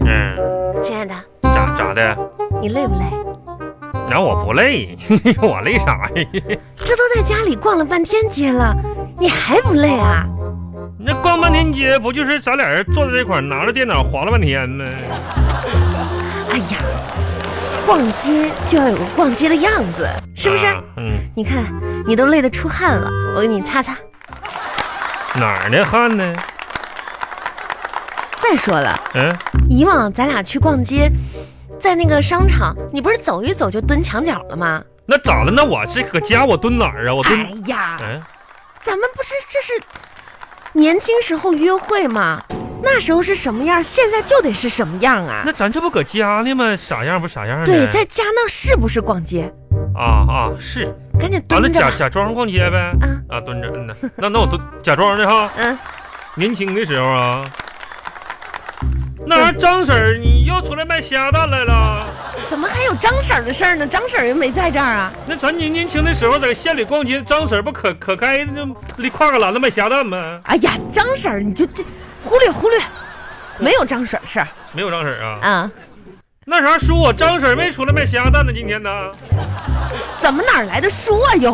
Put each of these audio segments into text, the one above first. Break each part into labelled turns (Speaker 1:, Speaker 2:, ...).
Speaker 1: 嗯的？
Speaker 2: 你累不累？
Speaker 1: 那我不累， 我累啥呀？
Speaker 2: 这都在家里逛了半天街了，你还不累啊？
Speaker 1: 那逛半天街不就是咱俩人坐在这块儿拿着电脑划了半天吗？
Speaker 2: 哎呀，逛街就要有个逛街的样子，是不是？
Speaker 1: 啊嗯，
Speaker 2: 你看你都累得出汗了，我给你擦擦。
Speaker 1: 哪儿呢汗呢？
Speaker 2: 再说了，
Speaker 1: 嗯、
Speaker 2: 以往咱俩去逛街，在那个商场，你不是走一走就蹲墙角了吗？
Speaker 1: 那咋的？那我这搁家我蹲哪儿啊？我蹲
Speaker 2: 哎呀，
Speaker 1: 嗯、
Speaker 2: 咱们不是这是年轻时候约会吗？那时候是什么样，现在就得是什么样啊
Speaker 1: 那！咱这不搁家呢吗？啥样不啥样呢？
Speaker 2: 对，在家那是不是逛街？
Speaker 1: 啊啊是，
Speaker 2: 赶紧
Speaker 1: 完了
Speaker 2: 蹲着
Speaker 1: 假
Speaker 2: 吧。
Speaker 1: 假装逛街呗。
Speaker 2: 啊，
Speaker 1: 啊，蹲着，嗯呐，那那我蹲假装的哈。
Speaker 2: 嗯，
Speaker 1: 年轻的时候啊，那玩意儿张婶儿，你又出来卖虾蛋来了？
Speaker 2: 怎么还有张婶儿的事儿呢？张婶儿又没在这儿啊！
Speaker 1: 那咱年年轻的时候在县里逛街，张婶儿不可可开那里挎个篮子卖虾蛋吗？
Speaker 2: 哎呀，张婶儿，你就这忽略忽略，没有张婶儿事儿
Speaker 1: 没有张婶儿啊？
Speaker 2: 啊？
Speaker 1: 那啥叔，我张婶儿没出来卖虾蛋呢，今天呢？
Speaker 2: 怎么哪儿来的书啊又？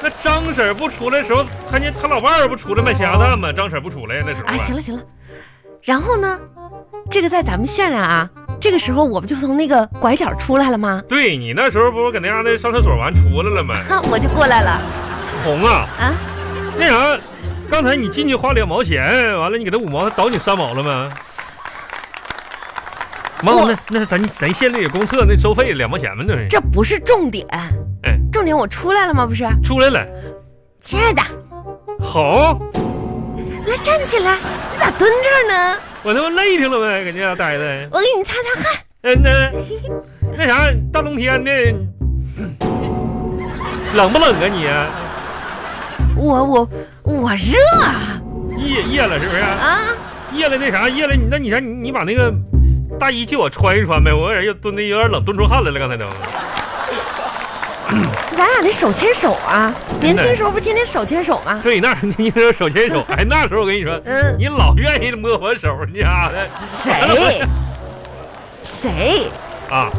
Speaker 1: 那张婶儿不出来的时候，看见他老伴儿不出来卖虾蛋吗？张婶儿不出来呀那时候啊。
Speaker 2: 哎，行了行了，然后呢，这个在咱们县上啊，这个时候我不就从那个拐角出来了吗？
Speaker 1: 对你那时候不是搁那家的上厕所完出来了吗？
Speaker 2: 哈，我就过来了
Speaker 1: 红啊，
Speaker 2: 啊！
Speaker 1: 那啥，刚才你进去花两毛钱，完了你给他五毛，他倒你三毛了吗？妈，
Speaker 2: 我
Speaker 1: 那那是咱咱县里有公厕那收费两毛钱吗？这是
Speaker 2: 这不是重点，
Speaker 1: 哎
Speaker 2: 重点我出来了吗？不是，
Speaker 1: 出来了，
Speaker 2: 亲爱的，
Speaker 1: 好，
Speaker 2: 来站起来，你咋蹲这儿呢？
Speaker 1: 我他妈累挺了呗，搁家待的。
Speaker 2: 我给你擦擦汗。
Speaker 1: 嗯呢，那啥，大冬天的，冷不冷啊你？
Speaker 2: 我我我热啊！
Speaker 1: 夜夜了是不是？
Speaker 2: 啊
Speaker 1: 夜了那啥，夜了你那你啥，你你把那个大衣借我穿一穿呗，我有点又蹲的有点冷，蹲出汗来了，刚才都。
Speaker 2: 咱俩得手牵手啊！年轻时候不天天手牵手吗？
Speaker 1: 对，那时 候你说手牵手，哎，那时候我跟你说，
Speaker 2: 嗯，
Speaker 1: 你老愿意摸我手，你丫的
Speaker 2: 谁？谁？
Speaker 1: 啊！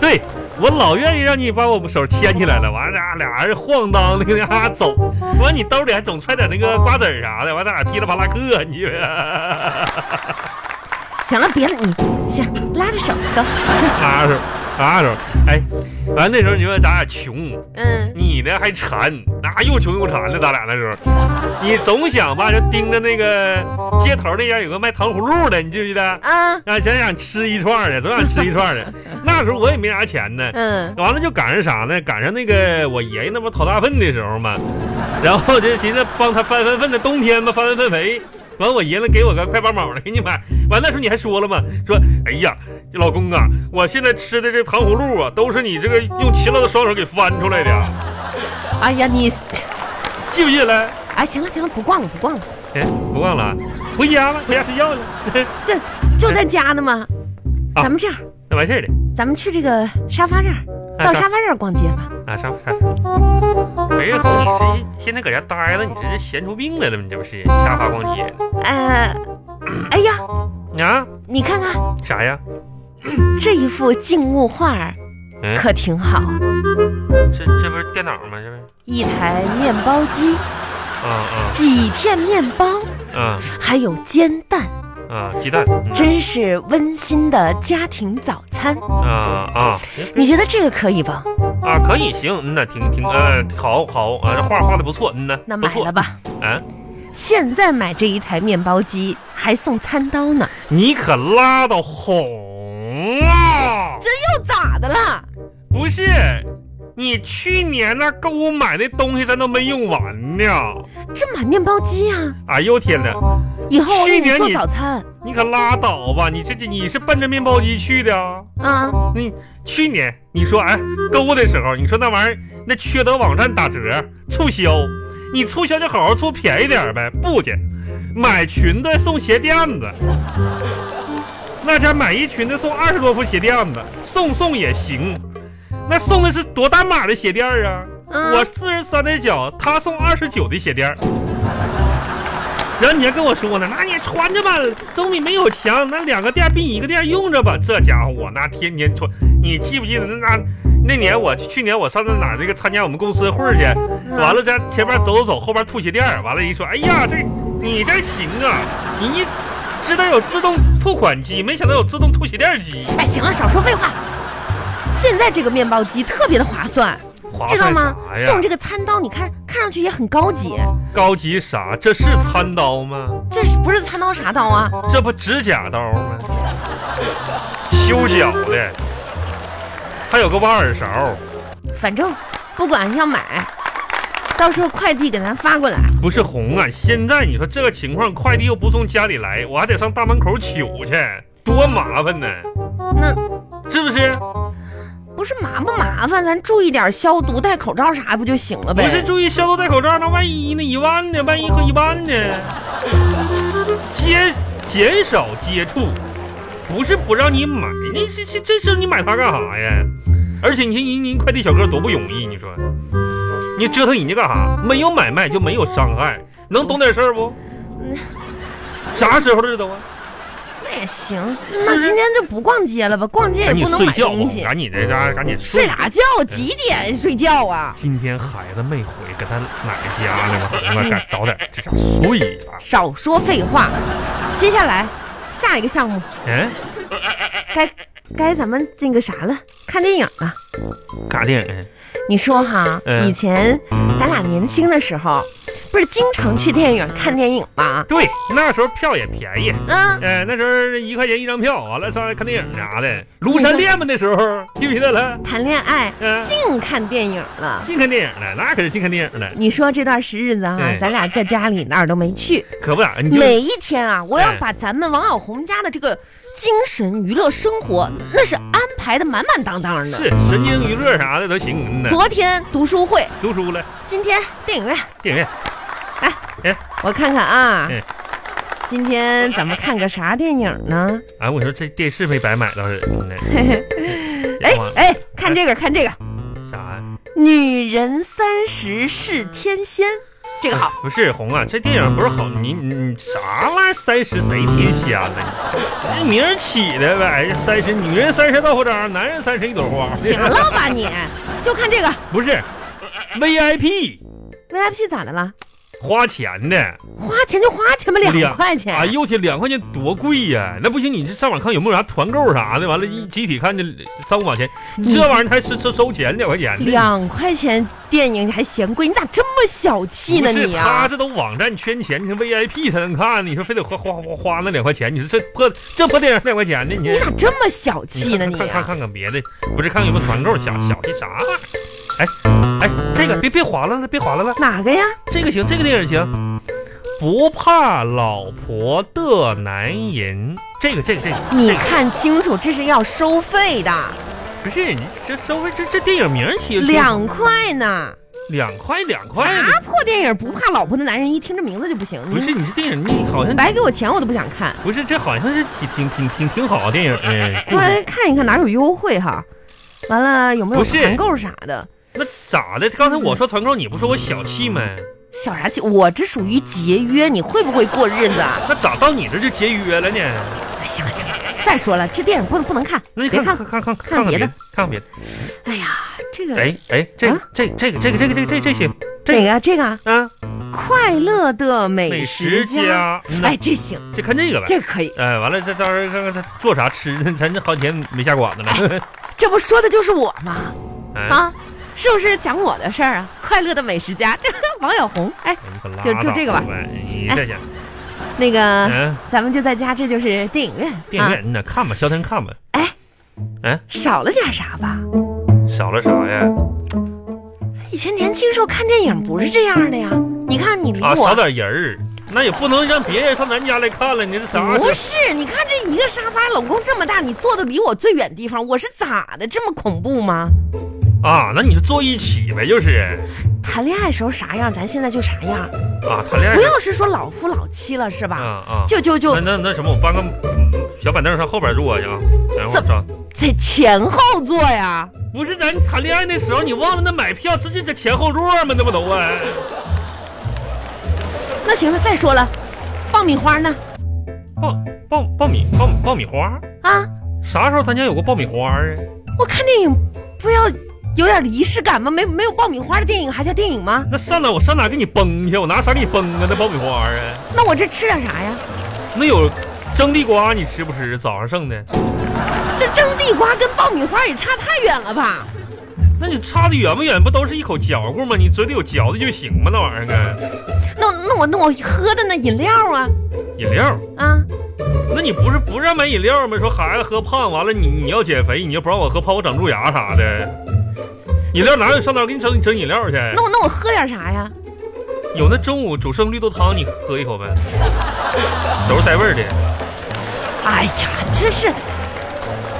Speaker 1: 对我老愿意让你把我手牵起来了，完了俩俩人晃荡的那哈走，完你兜里还总揣点那个瓜子儿啥的，完咱俩噼里啪啦嗑，你以为
Speaker 2: 行了，别了，你行，拉着手走。
Speaker 1: 拉手拉手，哎，完那时候你说咱俩穷，
Speaker 2: 嗯，
Speaker 1: 你呢还馋，那、又穷又馋的，咱俩那时候，你总想吧，就盯着那个街头那家有个卖糖葫芦的，你记不记得？
Speaker 2: 啊，
Speaker 1: 啊，想想吃一串儿的，总想吃一串儿的。那时候我也没啥钱呢，
Speaker 2: 嗯，
Speaker 1: 完了就赶上啥呢？赶上那个我爷爷那不讨大粪的时候嘛，然后就寻思帮他翻翻粪的，冬天嘛翻翻粪肥。完，我爷呢给我个快八毛的，给你买。完那时候你还说了嘛，说哎呀，老公啊，我现在吃的这糖葫芦啊，都是你这个用勤劳的双手给翻出来的，啊
Speaker 2: 哎呀，你，
Speaker 1: 记不记得了？
Speaker 2: 哎，行了行了，不逛了不逛了，
Speaker 1: 哎，不忘了，回家吧，回家睡觉了，
Speaker 2: 这就在家呢嘛。
Speaker 1: 啊
Speaker 2: 咱们这样，
Speaker 1: 那完事儿了。
Speaker 2: 咱们去这个沙发这儿，
Speaker 1: 哎
Speaker 2: 到
Speaker 1: 啥
Speaker 2: 沙发这儿逛街吧。
Speaker 1: 啊，上上上。没人哄你，这天天搁家待着，你这是闲出病来了吗？你这不是瞎发逛街
Speaker 2: 呃，哎呀，
Speaker 1: 啊？
Speaker 2: 你看看
Speaker 1: 啥呀？
Speaker 2: 这一幅静物画儿
Speaker 1: 嗯，
Speaker 2: 可挺好，
Speaker 1: 这这不是电脑吗？这不是？
Speaker 2: 一台面包机，
Speaker 1: 啊
Speaker 2: 几片面包，
Speaker 1: 啊啊
Speaker 2: 还有煎蛋，
Speaker 1: 啊！鸡蛋。嗯
Speaker 2: 真是温馨的家庭早餐。
Speaker 1: 啊啊！
Speaker 2: 你觉得这个可以吧？
Speaker 1: 啊，可以行，嗯呐，挺挺呃，好好啊，这画画的不错，嗯呐，
Speaker 2: 那
Speaker 1: 不
Speaker 2: 买
Speaker 1: 错
Speaker 2: 了吧。
Speaker 1: 啊。
Speaker 2: 现在买这一台面包机还送餐刀呢，
Speaker 1: 你可拉倒红啊！
Speaker 2: 又咋的了？
Speaker 1: 不是，你去年那购物买的东西咱都没用完呢。
Speaker 2: 这买面包机呀、
Speaker 1: 哎呦天哪！
Speaker 2: 以后我给你
Speaker 1: 去年
Speaker 2: 做
Speaker 1: 你
Speaker 2: 早餐
Speaker 1: 你可拉倒吧！你这这你是奔着面包机去的啊？
Speaker 2: 啊。
Speaker 1: 你去年你说哎购物的时候，你说那玩意儿那缺德网站打折促销，你促销就好好促便宜点儿呗，不去买裙子送鞋垫子， 那家买一裙子送二十多副鞋垫子，送送也行。那送的是多大码的鞋垫儿啊？
Speaker 2: 嗯
Speaker 1: 我四十三的脚，他送二十九的鞋垫儿。然后你还跟我说呢，那你穿着吧，总比没有强。那两个店比一个店用着吧。这家伙我那天天穿，你记不记得那那年我去年我上那哪儿那个参加我们公司的会儿去，
Speaker 2: 嗯
Speaker 1: 完了在前边走走走，后边吐鞋垫儿，完了一说，哎呀，这你这行啊，你一知道有自动吐款机，没想到有自动吐鞋垫儿机，
Speaker 2: 哎，行了，少说废话。现在这个面包机特别的划算，
Speaker 1: 划
Speaker 2: 知道
Speaker 1: 算
Speaker 2: 吗？
Speaker 1: 啥呀
Speaker 2: 送？这个餐刀，你看看上去也很高级，
Speaker 1: 高级啥？这是餐刀吗？
Speaker 2: 这是不是餐刀啥刀啊？
Speaker 1: 这不指甲刀吗？修脚的，还有个挖耳勺。
Speaker 2: 反正不管要买，到时候快递给咱发过来。
Speaker 1: 不是红啊！现在你说这个情况，快递又不从家里来，我还得上大门口取去，多麻烦呢，
Speaker 2: 那
Speaker 1: 是不是？
Speaker 2: 不是麻不麻烦，咱注意点消毒，戴口罩啥不就行了
Speaker 1: 不
Speaker 2: 呗？
Speaker 1: 是注意消毒戴口罩，那万一呢？一万呢？万一和一万呢？接减少接触，不是不让你买，那是这这是你买它干啥呀？而且你看人人快递小哥多不容易，你说你折腾人家干啥？没有买卖就没有伤害，能懂点事 儿不
Speaker 2: 嗯？
Speaker 1: 啥时候的这都啊？
Speaker 2: 那也行。那今天就不逛街了吧？逛街也
Speaker 1: 赶紧
Speaker 2: 不能
Speaker 1: 睡
Speaker 2: 买
Speaker 1: 觉
Speaker 2: 东
Speaker 1: 吧，
Speaker 2: 西。
Speaker 1: 赶紧的，赶赶紧
Speaker 2: 睡啥觉？几点睡觉啊？
Speaker 1: 今天孩子没回，搁他奶家呢嘛，红啊，赶早点睡吧。
Speaker 2: 少说废话。接下来下一个项目
Speaker 1: 嗯，
Speaker 2: 该该咱们那个啥了，看电影了。
Speaker 1: 嘎电影。
Speaker 2: 你说哈，
Speaker 1: 嗯
Speaker 2: 以前咱俩年轻的时候，不是经常去电影看电影吗？
Speaker 1: 对，那时候票也便宜，
Speaker 2: 啊，
Speaker 1: 呃，那时候一块钱一张票，完了上来看电影啥的，庐山恋嘛那时候，记不记得了？
Speaker 2: 谈恋爱
Speaker 1: 嗯
Speaker 2: 净看电影了。
Speaker 1: 净看电影了，那可是净看电影了，
Speaker 2: 你说这段时日子哈、
Speaker 1: 嗯
Speaker 2: 咱俩在家里哪儿都没去，
Speaker 1: 可不咋，你就
Speaker 2: 每一天啊，我要
Speaker 1: 嗯
Speaker 2: 把咱们王小红家的这个精神娱乐生活，那是安排的满满当当的。
Speaker 1: 嗯是神经娱乐啥的都行嗯呢。
Speaker 2: 昨天读书会，
Speaker 1: 读书了，
Speaker 2: 今天电影院，
Speaker 1: 电影院
Speaker 2: 我看看啊
Speaker 1: 嗯，
Speaker 2: 今天咱们看个啥电影 呢？
Speaker 1: 哎，我说这电视没白买倒是嗯呢。
Speaker 2: 哎
Speaker 1: 然后
Speaker 2: 哎，看这个，看这个，《
Speaker 1: 啥呀？
Speaker 2: 女人三十是天仙》，这个 好。
Speaker 1: 不是红啊，这电影不是好，你你你啥玩意儿？三十谁天仙了？这名儿起的呗，哎三十女人三十大后章，男人三十一朵花。
Speaker 2: 行了吧你，就看这个
Speaker 1: 不是 VIP
Speaker 2: VIP 咋的了？
Speaker 1: 花钱的，
Speaker 2: 花钱就花钱吧，两
Speaker 1: 两
Speaker 2: 块钱。
Speaker 1: 哎呦我天，两块钱多贵呀、那不行，你这上网看有没有啥团购啥的，完了，一集体看这三五毛钱，
Speaker 2: 嗯
Speaker 1: 这玩意儿还是收收钱两块钱的。
Speaker 2: 两块钱电影你还嫌贵，你咋这么小气
Speaker 1: 不
Speaker 2: 呢
Speaker 1: 是
Speaker 2: 你
Speaker 1: 他
Speaker 2: 啊？
Speaker 1: 这都网站圈钱，你看 VIP 才能看，你说非得花花花花那两块钱，你说这破这破电影两块钱的，你
Speaker 2: 你咋这么小气呢
Speaker 1: 看
Speaker 2: 你
Speaker 1: 看看
Speaker 2: 啊？
Speaker 1: 看看别的，不是看看有没有团购，小小气啥玩意儿？哎哎，这个别别划拉了，别划拉了。
Speaker 2: 哪个呀？
Speaker 1: 这个行，这个电影行。不怕老婆的男人，这个这个这个，
Speaker 2: 你
Speaker 1: 这个
Speaker 2: 看清楚，这是要收费的，
Speaker 1: 不是你这收费这这电影名儿起
Speaker 2: 两块呢。
Speaker 1: 两块两块的，
Speaker 2: 啥破电影不怕老婆的男人，一听这名字就不行。
Speaker 1: 不是你这电影你好像
Speaker 2: 白给我钱我都不想看，
Speaker 1: 不是这好像是挺挺挺挺挺好的电影哎，
Speaker 2: 过
Speaker 1: 故事
Speaker 2: 来看一看哪有优惠哈。完了有没
Speaker 1: 不
Speaker 2: 有
Speaker 1: 是
Speaker 2: 团购啥的？
Speaker 1: 那咋的？刚才我说团购，你不说我小气吗？
Speaker 2: 小啥气？我这属于节约，你会不会过日子啊？
Speaker 1: 那咋到你这就节约了呢？
Speaker 2: 哎，行了行了，再说了，这电影不能不能看。
Speaker 1: 那你
Speaker 2: 别
Speaker 1: 看
Speaker 2: 看
Speaker 1: 看看看
Speaker 2: 看
Speaker 1: 看看别
Speaker 2: 别的
Speaker 1: 的，看看别的。
Speaker 2: 哎呀，这个
Speaker 1: 哎哎，这
Speaker 2: 啊
Speaker 1: 这这个这个这个这个这个这行
Speaker 2: 哪个啊这个啊？
Speaker 1: 啊？
Speaker 2: 快乐的美
Speaker 1: 美
Speaker 2: 食
Speaker 1: 食
Speaker 2: 家。
Speaker 1: 家，嗯呐
Speaker 2: 哎，这行，
Speaker 1: 就看这个呗。
Speaker 2: 这可以，
Speaker 1: 哎，完了，这到时候看看他做啥吃呢？咱这好几天没下馆子了。
Speaker 2: 这不说的就是我吗？
Speaker 1: 哎，
Speaker 2: 啊，是不是讲我的事儿啊？快乐的美食家， 这王小红。哎，
Speaker 1: 你可拉
Speaker 2: 就就这个吧哎啊
Speaker 1: 倒你这去，
Speaker 2: 那个，
Speaker 1: 嗯，
Speaker 2: 咱们就在家，这就是电影院。
Speaker 1: 电影
Speaker 2: 啊、
Speaker 1: 院呢，看吧，消停看吧，
Speaker 2: 少了点啥吧？
Speaker 1: 少了啥啊呀？
Speaker 2: 以前年轻时候看电影不是这样的呀。你看你离
Speaker 1: 啊，
Speaker 2: 我、
Speaker 1: 少点人儿，那也不能让别人上咱家来看了，你这啥？
Speaker 2: 不是，你看这一个沙发，老公这么大，你坐的离我最远地方，我是咋的？这么恐怖吗？
Speaker 1: 啊，那你就坐一起呗，就是
Speaker 2: 谈恋爱时候啥样，咱现在就啥样。
Speaker 1: 啊，谈恋爱
Speaker 2: 不要是说老夫老妻了是吧？
Speaker 1: 啊啊，
Speaker 2: 就就就
Speaker 1: 那那那什么，我搬个嗯小板凳上后边坐去啊，等会
Speaker 2: 怎
Speaker 1: 儿上。
Speaker 2: 在前后座呀。
Speaker 1: 不是咱谈恋爱那时候，你忘了那买票，直接哎在前后座吗？那不都啊？
Speaker 2: 那行了，再说了，爆米花呢？
Speaker 1: 爆爆爆米爆爆米花，
Speaker 2: 啊，
Speaker 1: 啥时候咱家有过爆米花啊？
Speaker 2: 我看电影不要有点仪式感吗？没没有爆米花的电影还叫电影吗？
Speaker 1: 那上哪我上哪给你崩去？我拿啥给你崩啊？那爆米花啊？
Speaker 2: 那我这吃点啥呀？
Speaker 1: 那有蒸地瓜你吃不吃？早上剩的，
Speaker 2: 这蒸地瓜跟爆米花也差太远了吧？
Speaker 1: 那你差的远不远？不都是一口嚼咕吗？你嘴里有嚼的就行吗？那玩意儿啊，
Speaker 2: 那那我那我喝的那饮料啊
Speaker 1: 饮料，
Speaker 2: 啊，
Speaker 1: 那你不是不让买饮料吗？说孩子喝胖完了，你你要减肥，你要不让我喝，怕我长蛀牙啥的。饮料哪有上哪给你整整饮料去？
Speaker 2: 那我那我喝点啥呀？
Speaker 1: 有那中午煮剩绿豆汤，你喝一口呗，都是带味儿的。
Speaker 2: 哎呀，真是，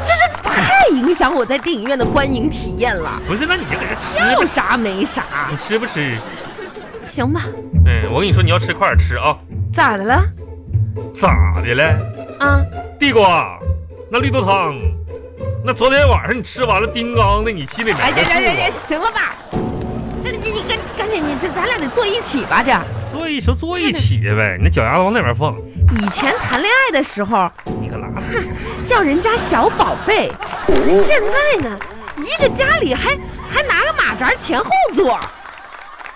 Speaker 2: 这是太影响我在电影院的观影体验了。
Speaker 1: 不是，那你就在这吃
Speaker 2: 要
Speaker 1: 呗，
Speaker 2: 啥没啥
Speaker 1: 你，吃不吃？
Speaker 2: 行吧？
Speaker 1: 嗯，我跟你说，你要吃快点吃啊！
Speaker 2: 咋的了？
Speaker 1: 咋的了？
Speaker 2: 啊，
Speaker 1: 地瓜，那绿豆汤，那昨天晚上你吃完了叮当的，你心里
Speaker 2: 哎
Speaker 1: 没个
Speaker 2: 呀
Speaker 1: 数
Speaker 2: 呀呀
Speaker 1: 啊
Speaker 2: 呀？，行了吧？那你你赶赶紧，你这咱俩得坐一起吧？这
Speaker 1: 坐一起坐一起呗，你那脚丫子往那边放，
Speaker 2: 以前谈恋爱的时候
Speaker 1: 你可拉倒。
Speaker 2: 叫人家小宝贝，现在呢，一个家里还还拿个马扎前后座，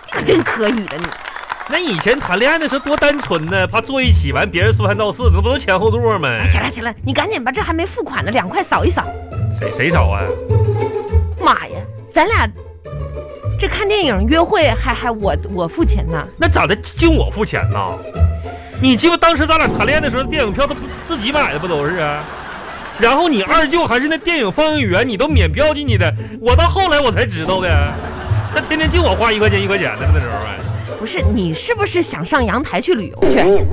Speaker 2: 你可真可以了你。
Speaker 1: 那以前谈恋爱的时候多单纯呢，怕坐一起完别人说三道四，那不都前后座吗
Speaker 2: 哎，？行了行了，你赶紧吧，这还没付款呢，两块扫一扫。
Speaker 1: 谁谁找啊？
Speaker 2: 妈呀，咱俩这看电影约会还还我我付钱呢？
Speaker 1: 那咋的？净我付钱呐？你记不当时咱俩谈恋爱的时候，电影票都不自己买的不都是啊？然后你二舅还是那电影放映员，你都免票进去的。我到后来我才知道的，那天天净我花一块钱一块钱的那时候啊。
Speaker 2: 不是你是不是想上阳台去旅游去？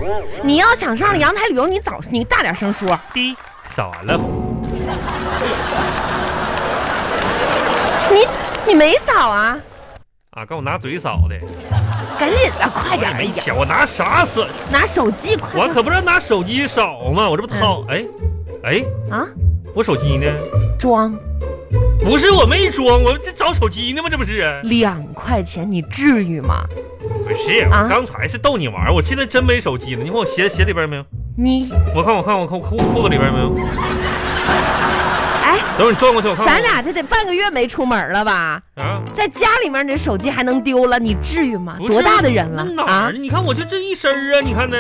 Speaker 2: 你要想上阳台旅游，你早你大点声说。
Speaker 1: 滴，扫完了，
Speaker 2: 你你没扫啊？
Speaker 1: 啊，告我拿嘴扫的，
Speaker 2: 赶紧的，
Speaker 1: 我
Speaker 2: 快
Speaker 1: 也
Speaker 2: 点！哎
Speaker 1: 没
Speaker 2: 呀，
Speaker 1: 钱，我拿啥扫？
Speaker 2: 拿手机快
Speaker 1: 我
Speaker 2: 点
Speaker 1: 可不是拿手机扫吗？我这不
Speaker 2: 嗯
Speaker 1: 掏，哎，哎，
Speaker 2: 啊！
Speaker 1: 我手机呢？
Speaker 2: 装
Speaker 1: 不是，我没装，我这找手机呢吗？这不是？啊
Speaker 2: 两块钱，你至于吗？
Speaker 1: 哎不是，
Speaker 2: 啊
Speaker 1: 我刚才是逗你玩儿，我现在真没手机了。你看我鞋鞋里边没有？
Speaker 2: 你
Speaker 1: 我看我看我看裤裤子里边没有？
Speaker 2: 哎，
Speaker 1: 等会儿你转过去，我看看。
Speaker 2: 咱俩这得半个月没出门了吧？
Speaker 1: 啊，
Speaker 2: 在家里面，你手机还能丢了？你至于吗？
Speaker 1: 不是啊
Speaker 2: 多大的人了
Speaker 1: 哪
Speaker 2: 啊
Speaker 1: 儿？？你看我就这一身儿啊，你看呢？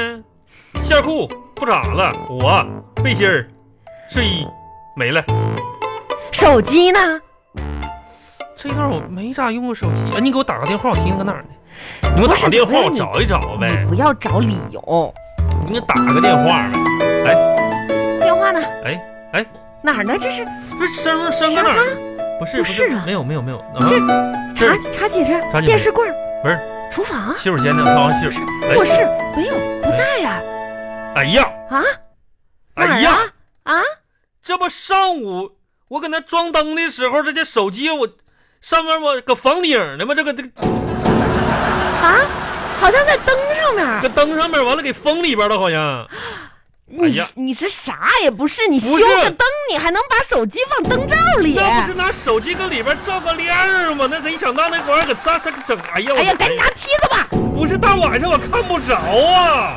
Speaker 1: 线裤、裤衩子、我背心儿、睡衣没了。
Speaker 2: 手机呢？
Speaker 1: 这段我没咋用过手机。哎，你给我打个电话，我听听搁哪儿呢？你给我打
Speaker 2: 不是
Speaker 1: 个电话，我
Speaker 2: 不是你
Speaker 1: 找一找呗
Speaker 2: 你。不要找理由。
Speaker 1: 你给我打个电话呗。
Speaker 2: 电话呢？
Speaker 1: 哎哎，
Speaker 2: 哪儿呢？这是
Speaker 1: 不是声声搁哪
Speaker 2: 沙
Speaker 1: 儿？不是
Speaker 2: 不是啊
Speaker 1: 没有没有没有。啊
Speaker 2: 这
Speaker 1: 这
Speaker 2: 茶茶几这
Speaker 1: 茶几
Speaker 2: 电视柜儿
Speaker 1: 不是
Speaker 2: 厨房、
Speaker 1: 洗手间呢？我看完洗手。哎
Speaker 2: 卧室没有不在呀？
Speaker 1: 哎呀，
Speaker 2: 啊？哪
Speaker 1: 哎
Speaker 2: 儿
Speaker 1: 呀。
Speaker 2: 啊？啊？
Speaker 1: 这不上午我搁那装灯的时候，这这手机我上面我搁房顶呢嘛，这个这个
Speaker 2: 啊，好像在灯上面儿
Speaker 1: 搁。灯上面完了给封里边了，好像哎
Speaker 2: 你
Speaker 1: 呀
Speaker 2: 你是啥也不是，你
Speaker 1: 不
Speaker 2: 修
Speaker 1: 是
Speaker 2: 个灯，你还能把手机放灯罩里？
Speaker 1: 那不
Speaker 2: 哎
Speaker 1: 是拿手机搁里边照个亮儿吗？那谁想到那玩意儿搁啥啥整？哎呀，我
Speaker 2: 呀，赶紧拿梯子吧！
Speaker 1: 不是大晚上我看不着啊！